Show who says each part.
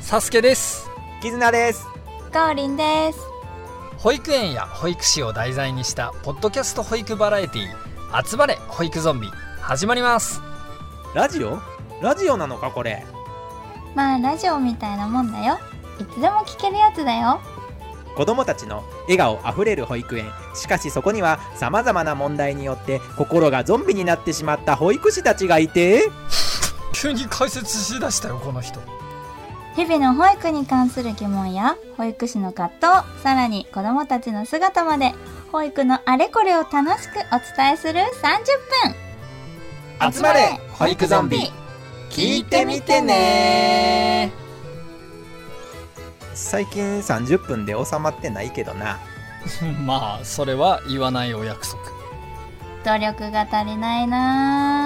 Speaker 1: サスケです
Speaker 2: 絆です
Speaker 3: かおりんです
Speaker 1: 保育園や保育士を題材にしたポッドキャスト保育バラエティ集まれ保育ゾンビ始まります
Speaker 2: ラジオラジオなのかこれ
Speaker 3: まあラジオみたいなもんだよいつでも聞けるやつだよ
Speaker 2: 子供たちの笑顔あふれる保育園しかしそこにはさまざまな問題によって心がゾンビになってしまった保育士たちがいて
Speaker 1: 急に解説しだしたよこの 人
Speaker 3: 日々の保育に関する疑問や保育士の葛藤さらに子どもたちの姿まで保育のあれこれを楽しくお伝えする30分集まれ
Speaker 2: 保育
Speaker 3: ゾンビ
Speaker 2: 聞いてみてね最近30分で収まってないけどな
Speaker 1: まあそれは言わないお約束
Speaker 3: 努力が足りないなあ